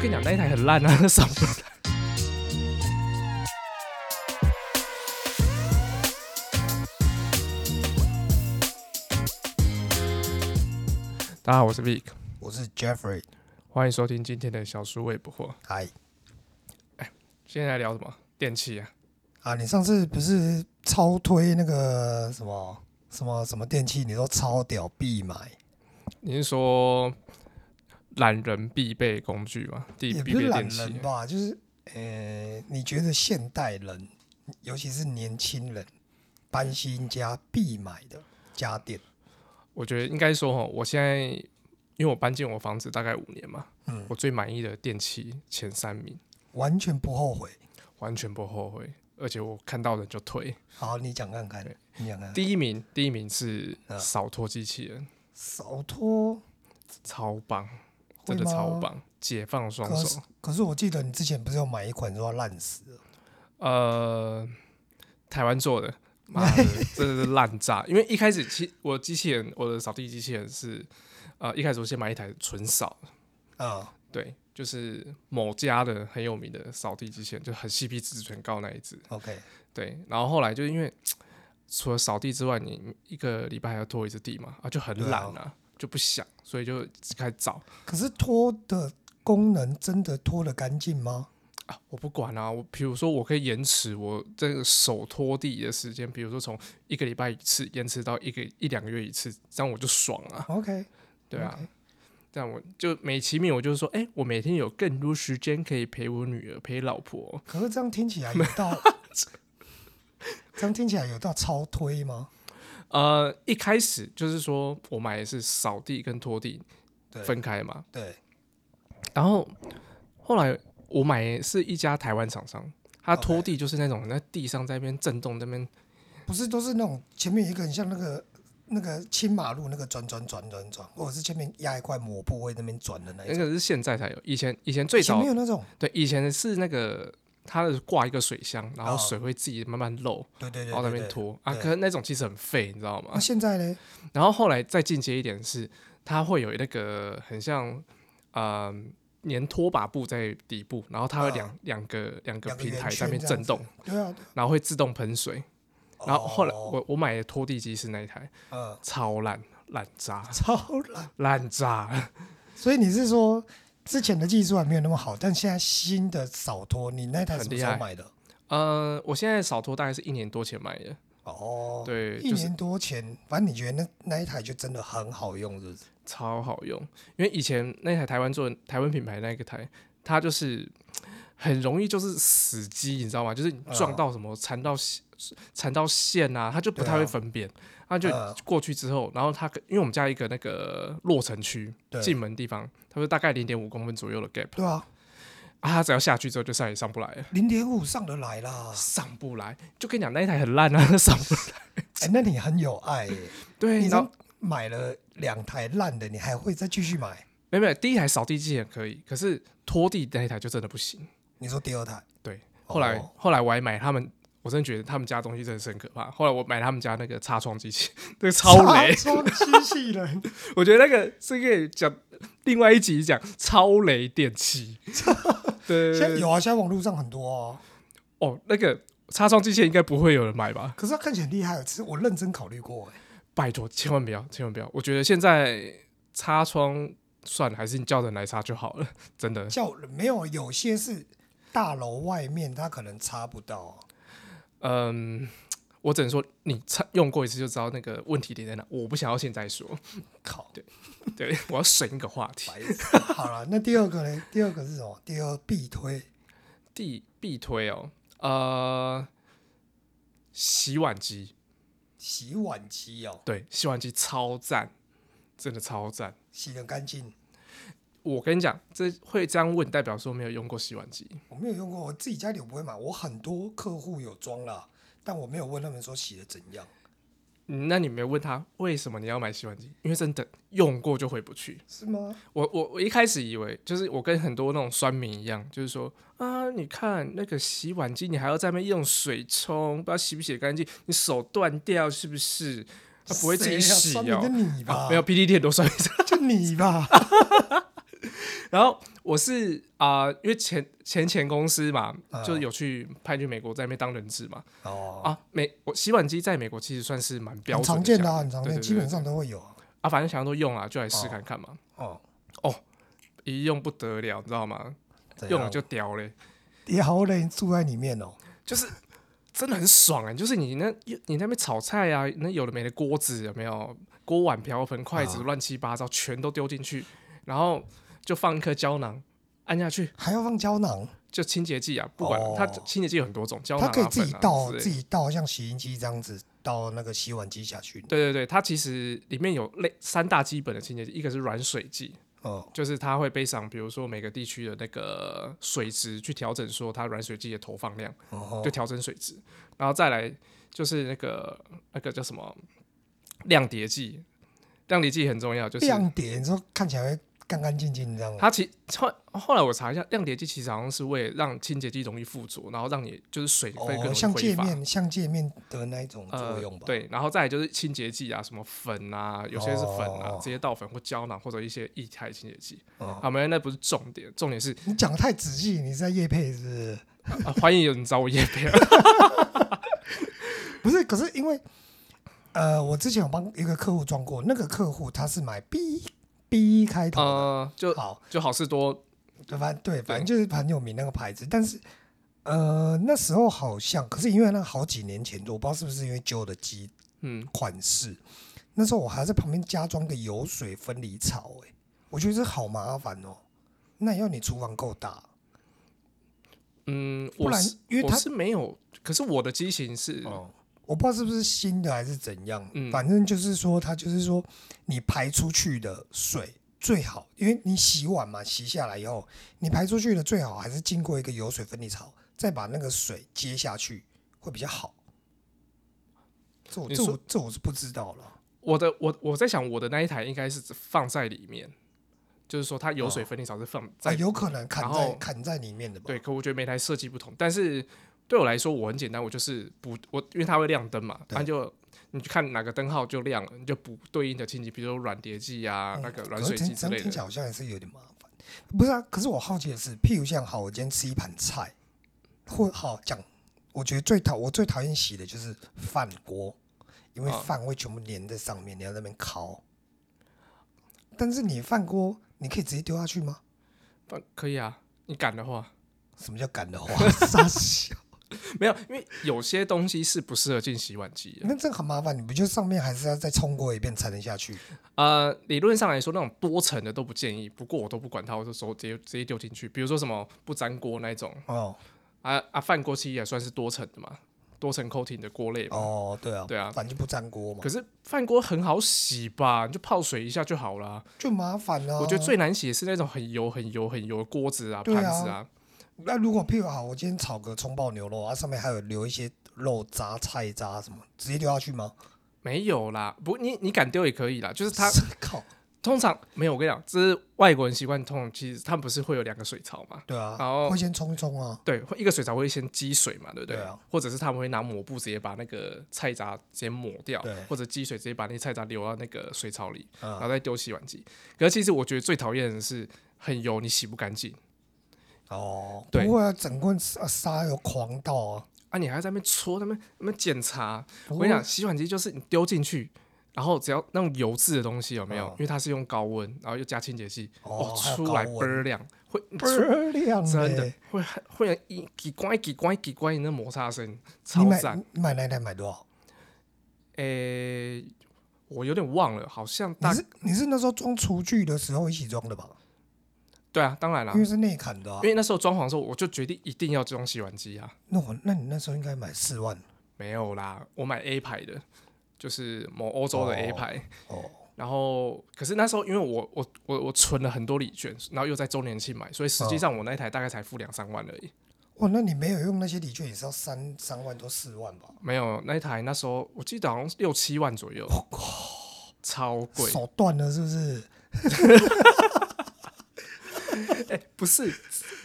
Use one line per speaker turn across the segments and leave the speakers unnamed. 跟你讲，那一台很烂啊，那少了。大家好，我是 Vic，
我是 Jeffrey，
欢迎收听今天的小叔微不惑。
嗨
今天来聊什么？电器啊？
啊！你上次不是超推那个什么什么什么电器，你都超屌必买，
你是说懒人必备工具吗？必
也
必
不是
备
懒
电器
人？吧？就是呃，你觉得现代人，尤其是年轻人搬新家必买的家电，
我觉得应该说哈，我现在因为我搬进我房子大概五年嘛，
嗯
我最满意的电器前三名，
完全不后悔。
完全不后悔，而且我看到了就退。
好，你讲看看，你讲看看，
第一名，第一名是
嗯
扫拖机器人，
扫拖。
超棒，
会
真的
吗
超棒，解放双
可是
手。
可是我记得你之前不是有买一款说它烂死了，
呃，台湾做的，妈 的，真的是烂炸。因为一开始其我机器人，我的扫地机器人是，呃，一开始我先买一台纯扫，
啊、
对，就是某家的很有名的扫地机器人，就很 CP 值很高那一只。
o k
对，然后后来就因为除了扫地之外，你一个礼拜还要拖一次地嘛，啊，就很
对啊
懒啊，就不想，所以就开始找
可是拖的功能真的拖得干净吗？
啊，我不管啊，我比如说我可以延迟我这个手拖地的时间，比如说从一个礼拜一次延迟到一个一两个月一次，这样我就爽啊，
OK，
对啊
OK
这样我就美其名我就是说，哎、我每天有更多时间可以陪我女儿、陪老婆，
可是这样听起来有到， 这样听起来有到超推吗？
呃，一开始就是说我买的是扫地跟拖地
对
分开嘛，
对，
然后后来我买的是一家台湾厂商，它拖地就是那种在地上在那边震动那边，
不是都是那种前面有一个很像那个那个青马路那个转转转转转，或者是前面压一块抹布会那边转的那一
那
种，
个是现在才有，以前以前呃最
以前
早
没有那种，
对以前是那个它是挂一个水箱，然后
哦
水会自己慢慢漏，
对对对
然后在那
对
边
哦
啊
对。
拖啊，
对啊
可是那种其实很废，你知道
那
吗？
现在呢？
然后后来再进阶一点是，它会有那个很像呃粘拖把布在底部，然后它会
嗯
两两个两个
两个
平
圆
台在那
圈
边
这
震
样子
动，
对啊，
然后会自动喷水。然后后来
哦
我我买的拖地机是那一台，
嗯，
超烂烂渣
超懒。
烂渣，
所以你是说之前的技术还没有那么好，但现在新的扫拖，你那台
很
什么
厉
时候
害
买的？
呃，我现在扫拖大概是一年多前买的，
哦，
对，
一
就是
年多前，反正你觉得那那一台就真的很好用，是不是？
超好用，因为以前那台台湾做的台湾品牌那个台，它就是很容易就是死机，你知道吗？就是你撞
嗯
到什么缠到线缠到线啊，它就不太
对
会
啊
分辨，它就
嗯
过去之后，然后它因为我们家一个那个落城区
对
进门地方，它是大概零点五公分左右的 gap
对啊，
啊，它只要下去之后就再也上不来了。
零点五上得来啦。
上不来，就跟你讲那一台很烂 啊，上不来。
哎、那你很有爱、 耶
对，
你
然后
都买了两台烂的，你还会再继续买？
没有没有，第一台扫地机器人可以，可是拖地那一台就真的不行。
你说第二台？
对，后来、
哦
后来我还买他们，我真的觉得他们家的东西真的是很可怕。后来我买他们家那个擦窗机器， 那个超雷，
超机器 人，
我觉得那个是可以讲另外一集讲超雷电 器。对对
现在
对，
有啊，现在网络上很多哦。
哦，那个擦窗机器人应该不会有人买吧？
可是它看起来很厉害，其实我认真考虑过、哎，
拜托，千万不要，千万不要！我觉得现在擦窗算了，还是你叫人来擦就好了，真的。
叫没有有些是大楼外面，它可能插不到、啊。
嗯，我只能说你擦用过一次就知道那个问题点在哪。我不想要现在说，
靠，
对我要省一个话题。
白痴。好了，那第二个呢？第二个是什么？第二必推
地必推哦，呃，洗碗机，
洗碗机哦，
对，洗碗机超赞，真的超赞。
洗得干净。
我跟你讲，这会这样问，代表说没有用过洗碗机。
我没有用过，我自己家里我不会买。我很多客户有装啦，但我没有问他们说洗的怎样。
嗯那你没有问他为什么你要买洗碗机？因为真的用过就回不去。
是吗？
我我我一开始以为就是我跟很多那种酸民一样，就是说啊，你看那个洗碗机，你还要在那边用水冲，不知道洗不洗得干净，你手断掉是不是？他不会自己洗
谁啊酸
哦
民。跟你吧、
啊没有 PPT 很多酸民，
就你吧。
然后我是啊、因为前前前公司嘛，
嗯
就是有去派去美国，在那边当人质嘛。
哦，
啊，美我洗碗机在美国其实算是蛮标
很
准
常
的
见
家
的、
电
啊，很常
对
见，
对
基
对
本上都会有啊。
啊，反正想要都用啊，就来试看看嘛。
哦，
一用不得了，你知道吗？
怎
用
样
了就屌嘞，
啊也好累，住在里面哦。
就是真的很爽啊、就是你那你那边炒菜啊，那有的没的锅子有没有？锅碗瓢盆、筷子
啊
乱七八糟全都丢进去，然后就放一颗胶囊，按下去
还要放胶囊，
就清洁剂啊，不管、
哦
它清洁剂有很多种，胶囊、
它
啊、
可以自己
粉啊
倒，
之类的
自己倒，像洗衣机这样子倒那个洗碗机下去。
对对对，它其实里面有类三大基本的清洁剂，一个是软水剂，
哦，
就是它会背上，比如说每个地区的那个水质去调整，说它软水剂的投放量，
哦
就调整水质，然后再来就是那个那个叫什么量叠剂，量叠剂很重要，就是
亮点，你说看起来会干干净净这样。
它其后后来我查一下，量叠剂其实好像是为了让清洁剂容易附着，然后让你就是水分更容
哦，
易
像
挥
界
发。
面，像界面的那一种作
呃
用吧。，。
对，然后再来就是清洁剂啊，什么粉啊，有些是粉啊，
哦
直接倒粉或胶囊或者一些液态清洁剂。
哦
啊，没有，那不是重点，重点是、
你讲得太仔细，你是在夜配是不是？
啊、欢迎有人找我叶贝尔。
不是，可是因为，呃，我之前有帮一个客户装过，那个客户他是买 B B 开头的，
呃，就
好，
就好事多，
对反对，反正就是很有名那个牌子，但是。呃，那时候好像，可是因为那好几年前，我不知道是不是因为旧的机
嗯，
款式，那时候我还在旁边加装个油水分离槽、欸，我觉得这好麻烦哦、那要你厨房够大，
嗯，
不
我
然
是
因为
我
它
是没有，可是我的机型是，
哦，我不知道是不是新的还是怎样，
嗯
反正就是说，它就是说，你排出去的水最好，因为你洗碗嘛，洗下来以后，你排出去的最好还是经过一个油水分离槽，再把那个水接下去会比较好。这我
你
这
说
我这我是不知道了。
我的我我在想我的那一台应该是放在里面，就是说它油水分离槽是放
啊，
在，
有可能砍
哎然
在
后
砍在里面的吧？
对，可我觉得每台设计不同，但是对我来说我很简单，我就是补我因为它会亮灯嘛，
对
它就。你去看哪个灯号就亮了，你就补对应的清洁，比如说软碟剂啊、那个软
嗯可
水
是听
剂之
这样
类
听起
的。
来好像也是有点麻烦。不是啊，可是我好奇的是，譬如像好，我今天吃一盘菜，或好讲，我觉得最讨我最讨厌洗的就是饭锅，因为
啊
饭会全部粘在上面，你要在那边烤。但是你饭锅你可以直接丢下去吗？
放可以啊，你敢的话，
什么叫赶的话？ 傻笑，
没有，因为有些东西是不适合进洗碗机的。
那这样很麻烦，你不就上面还是要再冲过一遍才能下去？
呃，理论上来说，那种多层的都不建议。不过我都不管它，我就手直接直接丢进去。比如说什么不粘锅那一种，
哦
啊啊，饭锅其实也算是多层的嘛，多层 coating 的锅类嘛。
哦，对啊，
对啊
反正就不粘锅嘛
可，是饭锅很好洗吧，你就泡水一下就好啦。
就麻烦了、
我觉得最难洗的是那种很油、很油、很油的锅子啊、
哦对
盘
啊
子啊。
那如果譬如好，我今天炒个葱爆牛肉啊，上面还有留一些肉渣、菜渣什么，直接丢下去吗？
没有啦，不，你你敢丢也可以啦。就是它
靠，
通常没有，我跟你讲，这是外国人习惯。通常其实他们不是会有两个水槽嘛？
对啊
然，后
会先冲一冲啊，
对，会一个水槽会先积水嘛，对不对？
对啊
或者是他们会拿抹布直接把那个菜渣直接抹掉
对，
或者积水直接把那菜渣流到那个水槽里，然后
嗯，
再丢洗碗机。可是其实我觉得最讨厌的是很油，你洗不干净
哦，
对
不会啊，整罐沙沙有狂到啊，
啊，你还在那边搓，那边那边检查。
不
我
会
跟你讲，洗碗机就是你丢进去。然后只要那种油渍的东西有没有？
嗯
因为它是用高温，然后又加清洁剂，
哦
哦，
还有
出来
高
倍
温
儿亮，会
倍儿亮
真的
欸
会会有一叽乖叽乖叽乖的那摩擦声，
你
超赞
买。你买那一台买多少？
诶、我有点忘了，好像
你
大
是你是那时候装厨具的时候一起装的吧？
对啊，当然啦
因，为是内砍的啊
因。为那时候装潢的时候，我就决定一定要装洗碗机啊。
那我那你那时候应该买四万
没有啦，我买 A 牌的，就是某欧洲的 A
哦
牌。
哦，
然后，可是那时候因为我我我我存了很多礼券，然后又在周年庆买，所以实
嗯
际上我那一台大概才付两三万而已。
哇，那你没有用那些礼券也是要三三万多四万吧？
没有那一台那时候我记得好像六七万左右，超贵。
手断了是不是？
不是，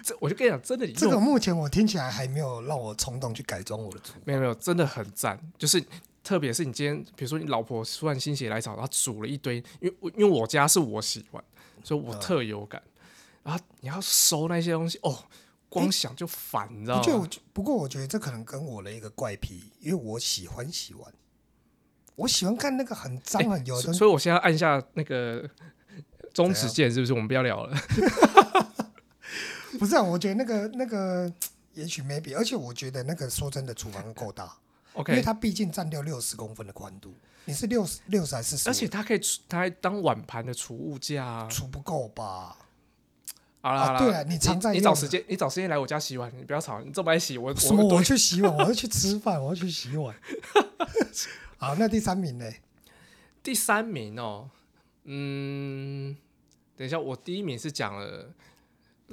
这我就跟你讲，真的你
这
用
个目前我听起来还没有让我冲动去改装我的厨。
没有没有，真的很赞。就是特别是你今天，比如说你老婆突然心血来潮，她煮了一堆，因为我因为我家是我洗碗，所以我特有感。然后你要收那些东西，哦，光想就烦，你知道
不就
吗
我？觉不过我觉得这可能跟我的一个怪癖，因为我喜欢洗碗，我喜欢看那个很脏很油的
哎所
东西。
所以我现在按下那个终止键，是不是？我们不要聊了。
不是啊，我觉得那个那个也许 maybe，而且我觉得那个说真的，厨房够大，因为
OK，
它毕竟占掉六十公分的宽度，你是六十六十还是十？
而且它可以储，它还当碗盘的储物架啊。
厨不够 吧？
好啦
啊
好啦，
对啊你常在
你
用
找
啊
时间，你找时间来我家洗碗，你不要吵，你这么爱洗，我
什
我
么？我
我
要去洗碗，我要去吃饭，我要去洗碗。 好，那第三名呢？
第三名哦，嗯，等一下，我第一名是讲了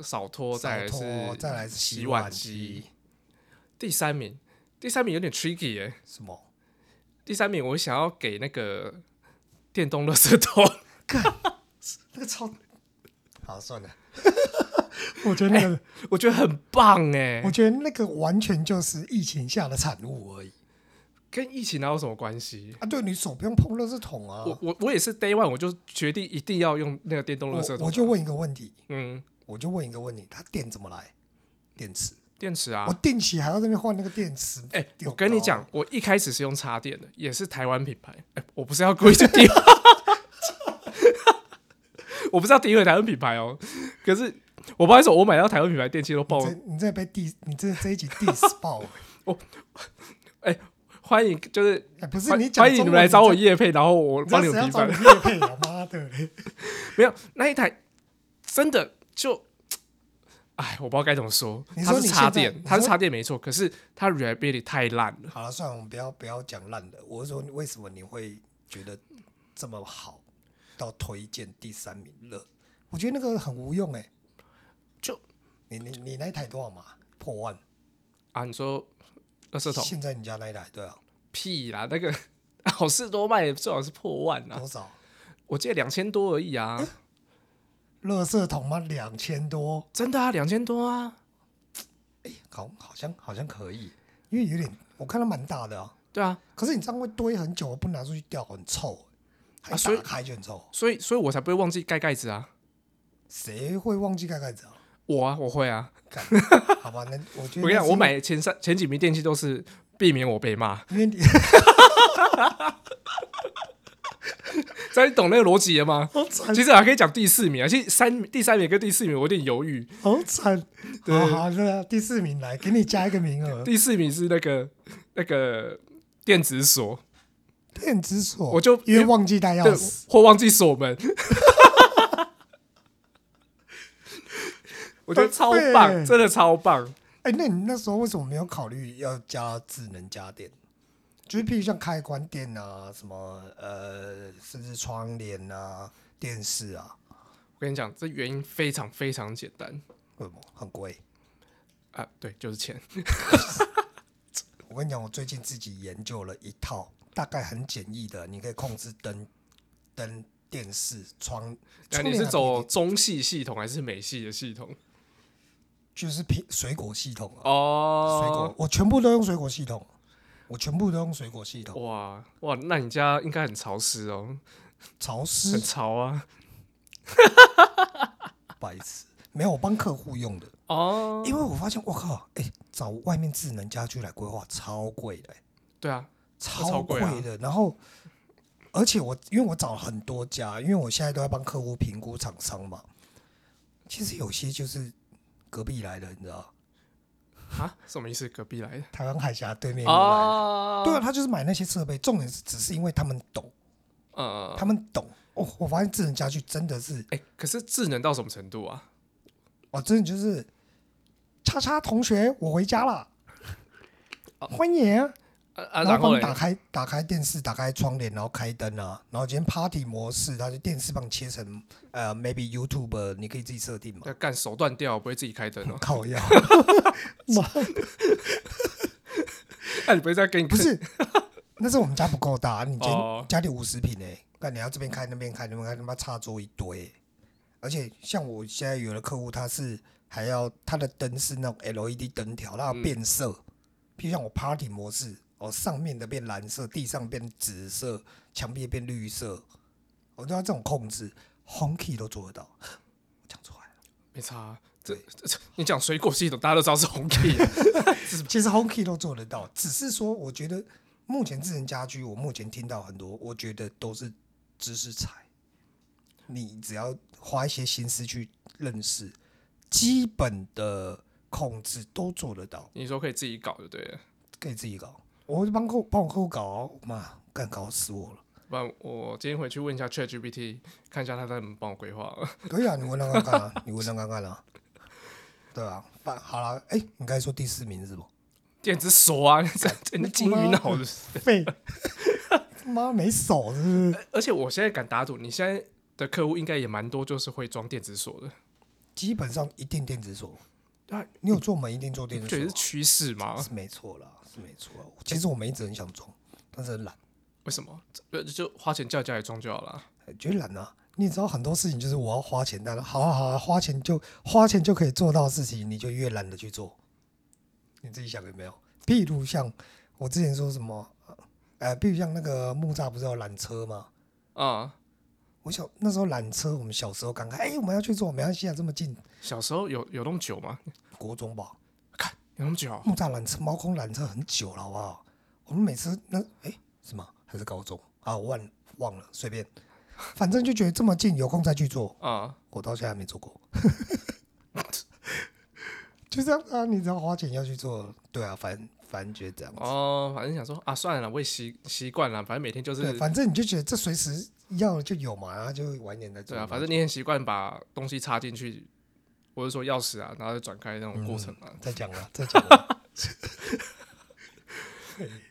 扫拖，再来
扫拖
是
再来是洗
洗
碗
碗
机
机，第三名，第三名有点 tricky 耶、
什么？
第三名我想要给那个电动垃圾桶，
那个超……好，算了。 我觉得那个，
我觉得很棒哎、
我觉得那个完全就是疫情下的产物而已
跟疫情哪有什么关系？
啊！对你手不用碰垃圾桶啊！
我我我也是 day one 我就决定一定要用那个电动垃圾
我
桶啊
我，就问一个问题，
嗯，
我就问一个问题，它电怎么来？电池，
电池啊
我，定期还要在那边换那个电池。
哎、
丢
我跟你
高欸
讲，我一开始是用插电的，也是台湾品牌。哎、我不是要故意去诋毁， 我不是要诋毁台湾品牌哦。可是我不好意思，我买到台湾品牌电器都爆
你。这你这被 diss，你这这一集 diss 爆了、
哎欢迎，就是
哎不是
欢
你讲
欢迎你们来找我夜配，然后我帮
中文，
你
你知
们
道
平
谁要找
反
你。叶配啊？妈的嘞！
没有那一台，真的就，哎，我不知道该怎么说。
你
它
说
是
你现
插
在
电
你，
它是
说
插电没错，可是它 reliability 太烂了。
好了，算了，我们不要不要讲烂的。我是说，为什么你会觉得这么好到推荐第三名了？我觉得那个很无用哎、
就
你你你那一台多少嘛？破万。
啊，你说垃圾桶
现在你家那一台对啊，
屁啦，那个好事多卖最好是破万啊。
多少？
我记得两千多而已啊，
嗯垃圾桶嘛，两千多，
真的啊，两千多啊，
好，好像好像可以，因为有点我看它蛮大的啊。
对啊，
可是你这样会堆很久，不拿出去掉，很臭、欸。
啊所以
还打开就很臭，
所以所以我才不会忘记盖盖子啊，
谁会忘记盖盖子啊？
我啊我会啊，
干好吧，那我觉得
我跟你
那
讲，
是
我买前三前几名电器都是避免我被骂，
因为你
这样你懂那个逻辑了吗
？好惨
其实还可以讲第四名啊，其实三第三名跟第四名我有点犹豫，
好惨，
对
好好，那第四名来，给你加一个名额，
第四名是那个那个电子锁，
电子锁，
我就
因为忘记带钥
对
匙，，
或忘记锁 门。我觉得超
很废欸
棒，真的超棒。
哎、那你那时候为什么没有考虑要加智能家电？就是譬如像开关电啊，什么呃，甚至窗帘啊、电视啊，
我跟你讲，这原因非常非常简单，
为什么很贵？
啊，对，就是钱。
我跟你讲，我最近自己研究了一套，大概很简易的，你可以控制灯、灯、电视、窗。
那
窗
你
帘
是
还
走
不一定
中系系统还是美系的系统？
就是苹水果系统啊？水果
哦，，
我全部都用水果系统，我全部都用水果系统。
哇哇，那你家应该很潮湿哦，
嗯潮
很
湿，
潮啊。
白痴，没有，我帮客户用的，
哦，
因为我发现，我靠，哎、找外面智能家居来规划超贵的、哎
对啊，
超
贵
贵
啊
的。然后，而且我因为我找了很多家，因为我现在都在帮客户评估厂商嘛，其实有些就是隔壁来的，你知道，
啊，什么意思？隔壁来的
台湾海峡对面过来的。
哦，
对啊，他就是买那些设备，重点是只是因为他们懂，
呃，
他们懂哦。我发现智能家居真的是
哎，可是智能到什么程度啊？
哦，真的就是，叉叉同学，我回家了，欢迎、啊。
啊啊，
然
然
后帮
后
你打
嘞，
开打开电视，打开窗帘，然后开灯啊。然后今天 party 模式，它就电视帮你切成呃 maybe YouTube，你可以自己设定嘛。。
要干手断掉，不会自己开灯哦
靠呀，
那你不会再跟你
哎不是，那是我们家不够大，你今
哦
天家里五十平哎，那你要这边开那边开那边开，他妈插座一堆、欸而且像我现在有的客户，他是还要他的灯是那种 LED 灯
嗯
条，它要变色。譬如像我 party 模式，哦，上面的变蓝色，地上变紫色，墙壁变绿色，我都要这种控制。Home Key 都做得到，我讲出来了，
没差啊。 这
对
这这你讲水果系统，大家都知道是红 key，
其实 HomeKey 都做得到，只是说我觉得目前智能家居，我目前听到很多，我觉得都是知识财。你只要花一些心思去认识，基本的控制都做得到，
你说可以自己搞就对了。
可以自己搞。我就帮客户帮我客户搞、哦，妈，干搞死我了。
不然我今天回去问一下 ChatGPT，看一下他怎么帮我规划。
可以啊，你问他看看啊，你问他看看啊，对啊，办好了，哎、你刚才说第四名是不？
电子锁啊， 这这你金鱼脑是不是？
废， 妈没手是不是？
而且我现在敢打赌，你现在的客户应该也蛮多，就是会装电子锁的，
基本上一定电子锁。
对啊
你有做门一定做电子
这也是
锁
趋势
啊、
嘛？
是没错啦，是没错啊。其实我们一直很想装，但是很懒，
为什么？这就花钱叫家里装就好了。
觉得懒啊。你也知道很多事情就是我要花钱，但是好啊好啊，花钱就花钱就可以做到的事情，你就越懒得去做。你自己想有没有？譬如像我之前说什么，呃，譬如像那个木栅不是有缆车吗？
啊、
我小那时候缆车，我们小时候刚开，哎、我们要去坐，没关系啊，这么近，
小时候有有那么久吗？
国中吧，
有那么久？
木栅缆车、猫空缆车很久了，好不好？我们每次那哎什么还是高中啊，我忘忘了，随便，反正就觉得这么近，有空再去做。
啊、
我到现在还没做过， 就这样啊，你只要花钱要去做，对啊，反反正觉得这样子，
哦，反正想说啊，算了，我也习习惯了，反正每天就是
对，反正你就觉得这随时要了就有嘛，然后就晚一点再做
对
嘛。
啊，反正你很习惯把东西插进去，或者说钥匙啊，然后就转开那种过程嘛。
再讲了，再讲了。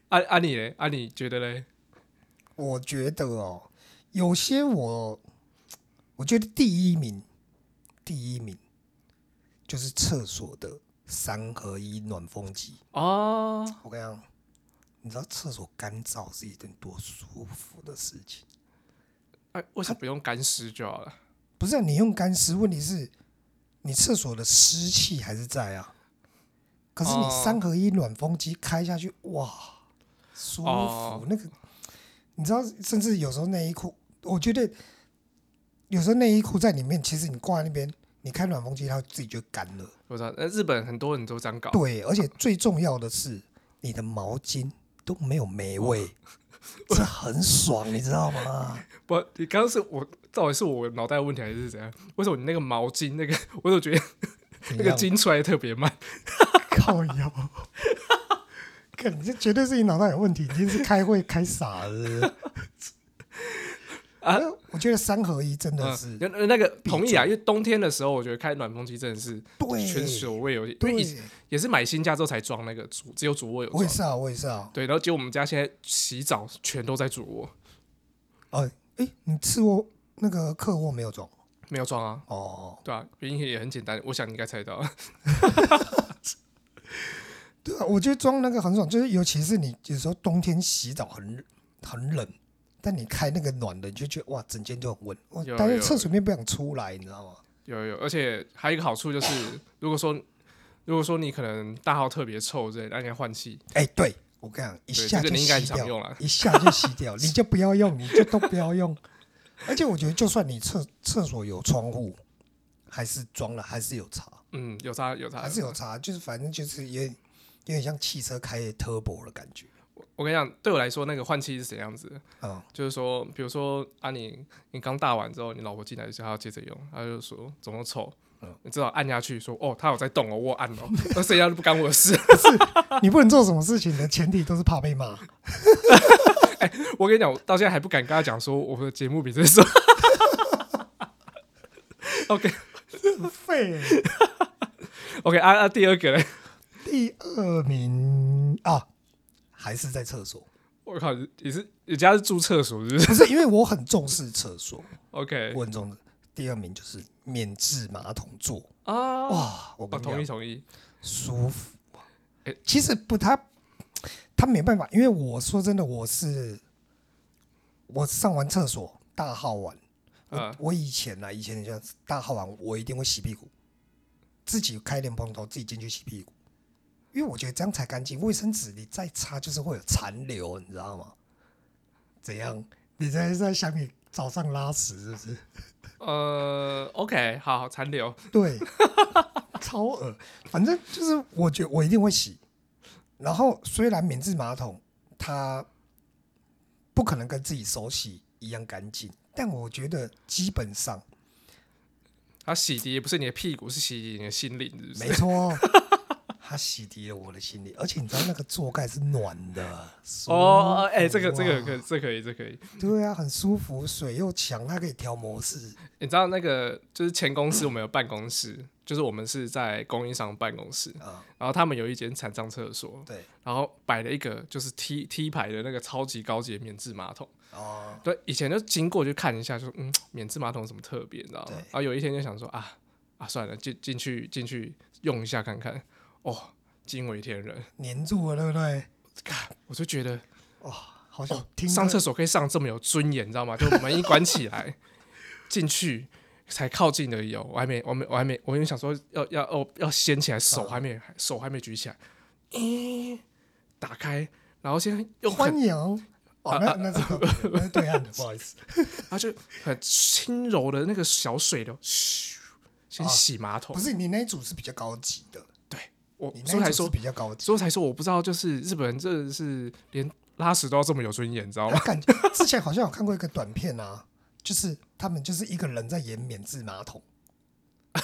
啊啊你嘞？啊你觉得嘞？
我觉得哦，有些我，我觉得第一名，第一名就是厕所的三合一暖风机。
哦，
我跟你讲，你知道厕所干燥是一件多舒服的事情，
啊，为什么不用干湿就好了？
不是、啊？你用干湿，问题是你厕所的湿气还是在啊。可是你
哦
三合一暖风机开下去，哇，舒服！
哦
那个你知道，甚至有时候内衣裤，我觉得有时候内衣裤在里面，其实你挂在那边，你开暖风机，它自己就干了。
我知道，那日本很多人都这样搞，
对，而且最重要的是，你的毛巾都没有霉味，
哦
这很爽，你知道吗？
不，你刚刚是我到底是我脑袋有问题还是怎样？为什么你那个毛巾那个， 我总觉得那个
怎样
筋出来得特别慢？
靠腰，看你这绝对是你脑袋有问题，你今天是开会开傻了是不是。
啊
啊，我觉得三合一真的是、
嗯，那那那个同意啊，因为冬天的时候，我觉得开暖风机真的是
对
全所味有，因为
对
以，前也是买新家之后才装那个主，只有主卧有装
我也。是啊，我也是啊。
对，然后结果我们家现在洗澡全都在主卧，
哦，哎，你次卧那个客卧没有装
没有装啊，
哦？
对啊，原因也很简单，我想你应该猜到。
对啊，我觉得装那个很爽，就是尤其是你有时候冬天洗澡很很冷，但你开那个暖的，你就觉得哇，整间就很温。我
有
待在
有
厕所里面不想出来，你知道吗？
有有，而且还有一个好处就是，如果说如果说你可能大号特别臭之类的，那你要换气，
哎、对我跟你讲，一
对，
下
这个
就
你应该
洗
很常
掉，
用 啦。
一下就洗掉，你就不要用，你就都不要用。而且我觉得，就算你厕厕所有窗户，还是装了，还是有差，
嗯，有差有差，
还是有差，就是反正就是有点有点像汽车开 turbo 的感觉
我跟你讲，对我来说，那个换气是怎样子的？
啊、
就是说，比如说啊你，你刚大完之后，你老婆进来就她要接着用，她就说怎么臭，
嗯
你至少按下去说哦，她有在动哦，我有按哦， 那剩下就不干我的事。
嗯。你不能做什么事情的前提都是怕被 骂。
我跟你讲，我到现在还不敢跟她讲说我们的节目比这说。OK
废。
OK 啊啊，第二个嘞，
第二名啊，还是在厕所，
我靠，你是你家是住厕所是不是
不是因为我很重视厕所，
？OK
我很重视。第二名就是免治马桶座，
啊，
哇，我
哦
跟
同
你
意
讲，
同意，
舒服啊
诶。
其实不，他他没办法，因为我说真的，我是我上完厕所大号完，
啊
我我以前呢，以前像大号完，我一定会洗屁股，自己开莲蓬头，自己进去洗屁股，因为我觉得这样才干净。卫生纸你再擦就是会有残留，你知道吗？怎样？你在在想你早上拉屎是不是？
呃，OK，好，残留，
对， 超恶。反正就是我觉我一定会洗。然后虽然免治马桶它不可能跟自己手洗一样干净，但我觉得基本上
它洗涤不是你的屁股，是洗涤你的心灵，是不
没
是？
错。哦 它洗涤了我的心理，而且你知道那个座盖是暖的，舒
哦，哎、
服
这个这
啊
个可以，这可以，这可以。
对啊，很舒服，水又强，它可以调模式。
你知道那个就是前公司我们有办公室，就是我们是在供应商办公室，
啊
然后他们有一间残障厕所，
对，
然后摆了一个就是 T T 牌的那个超级高级的免治马桶。
哦，
对，以前就经过就看一下，就说嗯，免治马桶有什么特别，你知道吗
对？
然后有一天就想说啊啊，算了，进进去进去用一下看看。哦，惊为天人！
粘住了，对不对？
我就觉得
哦，好想听
上
个
厕所可以上这么有尊严，你知道吗？就门一关起来，进去才靠近而已哦，我还没，我还没，我还没，我原本想说要要要要掀起来，手
嗯
还没、手还没举起来，咦、打开，然后先用很啊
欢迎哦，那那是个那是对岸的，不好意思。
然后就很轻柔的那个小水流，咻，先
哦
洗马桶。
不是你那一组是比较高级的，
我
你
所以
那
才
一组是
说，
比较高级。
所以才说，我不知道，就是日本人真的是连拉屎都要这么有尊严，你知道 吗？
感觉之前好像有看过一个短片啊，就是他们就是一个人在演免治 马桶，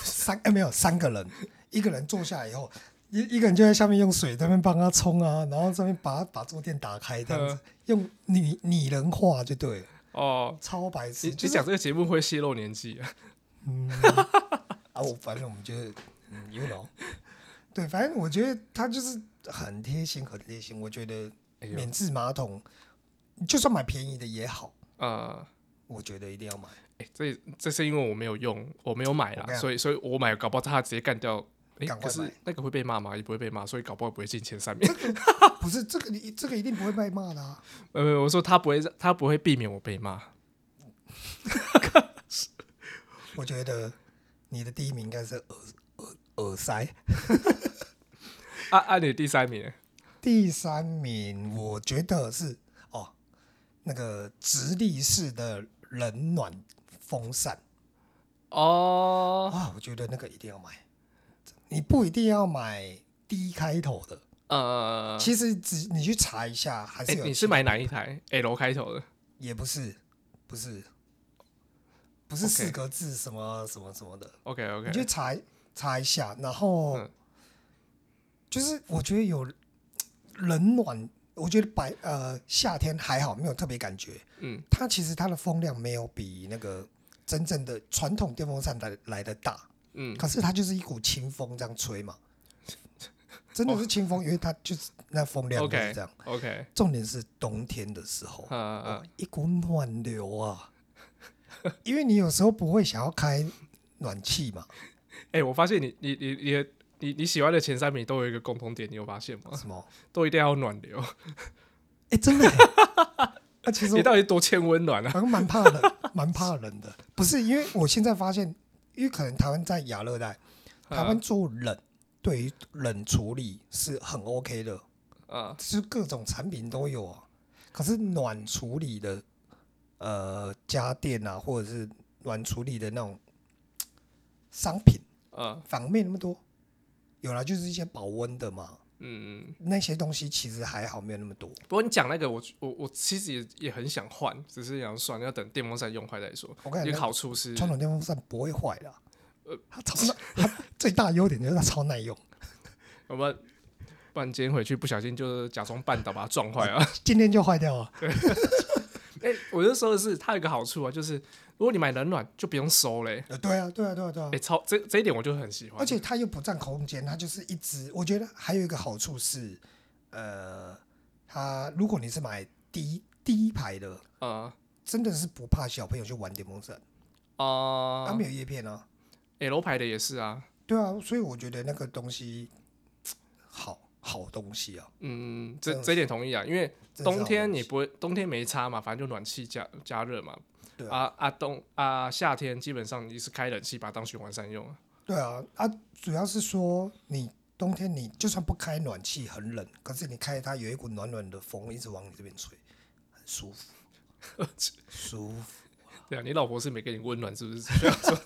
三哎没有三个人，一个人坐下来以后，一一个人就在下面用水在那边帮他冲啊，然后这边把把坐垫打开这样
嗯
子，用拟拟人化就对了，
哦，
超白 痴。
你
就
你
是
讲这个节目会泄露年纪啊？
啊，我反正我们就是，嗯，you know，对，反正我觉得他就是很贴心，很贴心。我觉得
哎呦
免治马桶，就算买便宜的也好，
呃，
我觉得一定要 买。
哎这这是因为我没有用，我没有买
我
啦
跟，你讲
所以所以我买，搞不好他直接干掉。哎，
赶快
可是
买
那个会被骂吗？也不会被骂，所以搞不好不会进前三名。
不是这个你，这个一定不会被骂的、啊。
呃，没有我说他不会，他不会避免我被骂。
我觉得你的第一名应该是耳耳耳塞，
啊啊，你第三名，
第三名我觉得是哦，那个直立式的冷暖风扇。
哦，
哇，我觉得那个一定要买。你不一定要买 D 开头的，
呃，
其实只你去查一下，还
哎、
是有、
你是买哪一台？L 开头的
也不是，不是，不是
OK
四个字什么什么什么的
？OK
你去
OK，
查查一下，然后、
嗯
就是我觉得有冷暖，我觉得白呃夏天还好，没有特别感觉。
嗯，
它其实它的风量没有比那个真正的传统电风扇来来的大，
嗯，
可是它就是一股清风这样吹嘛，真的是清风，因为它就是那风量就是
OK
这样。
OK，
重点是冬天的时候，
呃，
一股暖流啊，因为你有时候不会想要开暖气嘛，
哎、我发现你你你你的你你喜欢的前三名都有一个共同点，你有发现吗？
什么？
都一定要有暖流，
哎、真 的、欸，那其实
你
我
到底多欠温暖啊？
好像蛮怕冷， 蛮怕冷的。不是因为我现在发现，因为可能台湾在亚热带，
啊
台湾做冷，对于冷处理是很 OK 的，
呃，
是各种产品都有啊。可是暖处理的，呃，家电啊，或者是暖处理的那种嘖商品，
呃，
反而没那么多。有啦，就是一些保温的嘛，
嗯，
那些东西其实还好，没有那么多。
不过你讲那个，我我我其实也也很想换，只是想算要等电风扇用坏再说。
我感
一
觉
个好处是，
传统电风扇不会坏的啊、它超耐，它最大的优点就是它超耐用。
我们不然今天回去不小心就是假装绊倒把它撞坏 啊。
今天就坏掉了，
哎、我就说的是，它有一个好处啊，就是如果你买冷暖就不用收嘞、
呃，对啊，对啊，对啊，对啊
哎、，超这这一点我就很喜欢，
而且它又不占空间，它就是一直。我觉得还有一个好处是，呃，它如果你是买第一第一排的，
呃
真的是不怕小朋友去玩电风扇，它
啊
没有叶片啊，
，L 牌的也是啊，
对啊，所以我觉得那个东西好好东西啊，
嗯，这
这样
这一点同意啊，因为
真的是好
冬天
东
你
西啊
不会，冬天没差嘛，反正就暖气加加热嘛，
对
啊啊冬啊夏天基本上你是开冷气把它当循环扇用啊，
对啊，啊，主要是说你冬天你就算不开暖气很冷，可是你开它有一股暖暖的风一直往你这边吹，很舒服，舒服啊。
对啊，你老婆是没给你温暖，是不是？ 需要说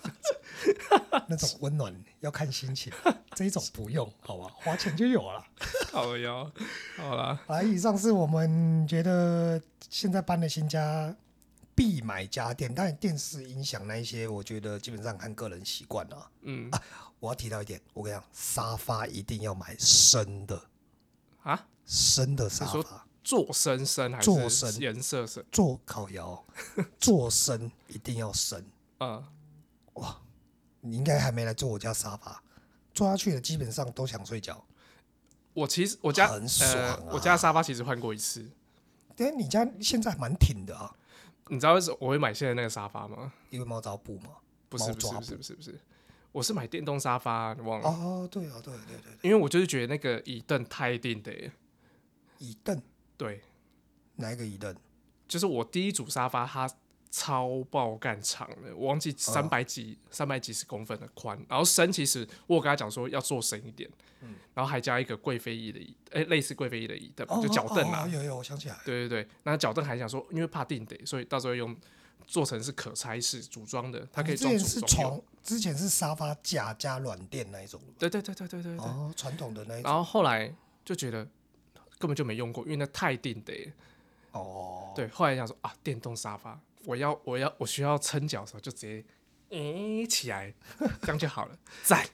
那种温暖要看心情， 这一种不用，好吧，花钱就有了。
好呀，好啦，
来，以上是我们觉得现在搬的新家必买家电，但电视、音响那一些，我觉得基本上看个人习惯啊。
嗯
我要提到一点，我跟你讲，沙发一定要买生的，
啊，
生的沙
你
发，
做生生还
做
是
生
颜色生？
做烤 窑，做生一定要生。
嗯，
你应该还没来坐我家沙发，坐下去的基本上都想睡觉。
我其实我家
很爽啊
呃，我家沙发其实换过一次。
但你家现在还蛮挺的啊，
你知道为什么我会买现在那个沙发吗？
因为猫抓布嘛。
不是
猫
不是
抓
不是不是不是，我是买电动沙发、你忘了？
哦，对哦，对对对对，
因为我就是觉得那个椅凳太硬的耶，
椅凳
对，
哪一个椅凳？
就是我第一组沙发它超爆干长的，我忘
嗯
记三百几三百几十公分的宽，然后深其实我有跟他讲说要做深一点，
嗯
然后还加一个贵妃椅的椅，哎、类似贵妃椅的椅凳，
哦
就脚凳
哦
啊
哦，有有，我想起来了，
对对对，那脚凳还想说，因为怕定得，所以到时候用做成是可拆式组装的，它可以
你之
装
前哦是
组装用。
床，之前是沙发架加软垫那一种的吧
对对对对对对对。啊
哦，传统的那一
然
种。
后后来就觉得根本就没用过，因为那太定得。
哦，
对，后来想说啊，电动沙发，我要我要我需要撑脚的时候就直接诶、起来，这样就好了，赞。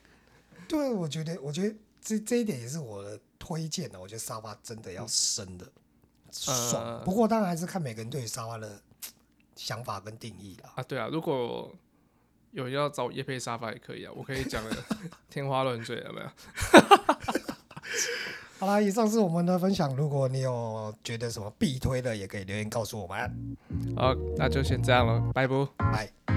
对，我觉得，我觉得这这一点也是我的推荐啊的。我觉得沙发真的要深的，
嗯呃
爽。不过当然还是看每个人对于沙发的想法跟定义啦。
啊，对啊，如果有要找叶配沙发也可以啊，我可以讲的 天花乱坠，有没有？
好啦，以上是我们的分享。如果你有觉得什么必推的，也可以留言告诉我们。
好，那就先这样了，拜拜。
拜。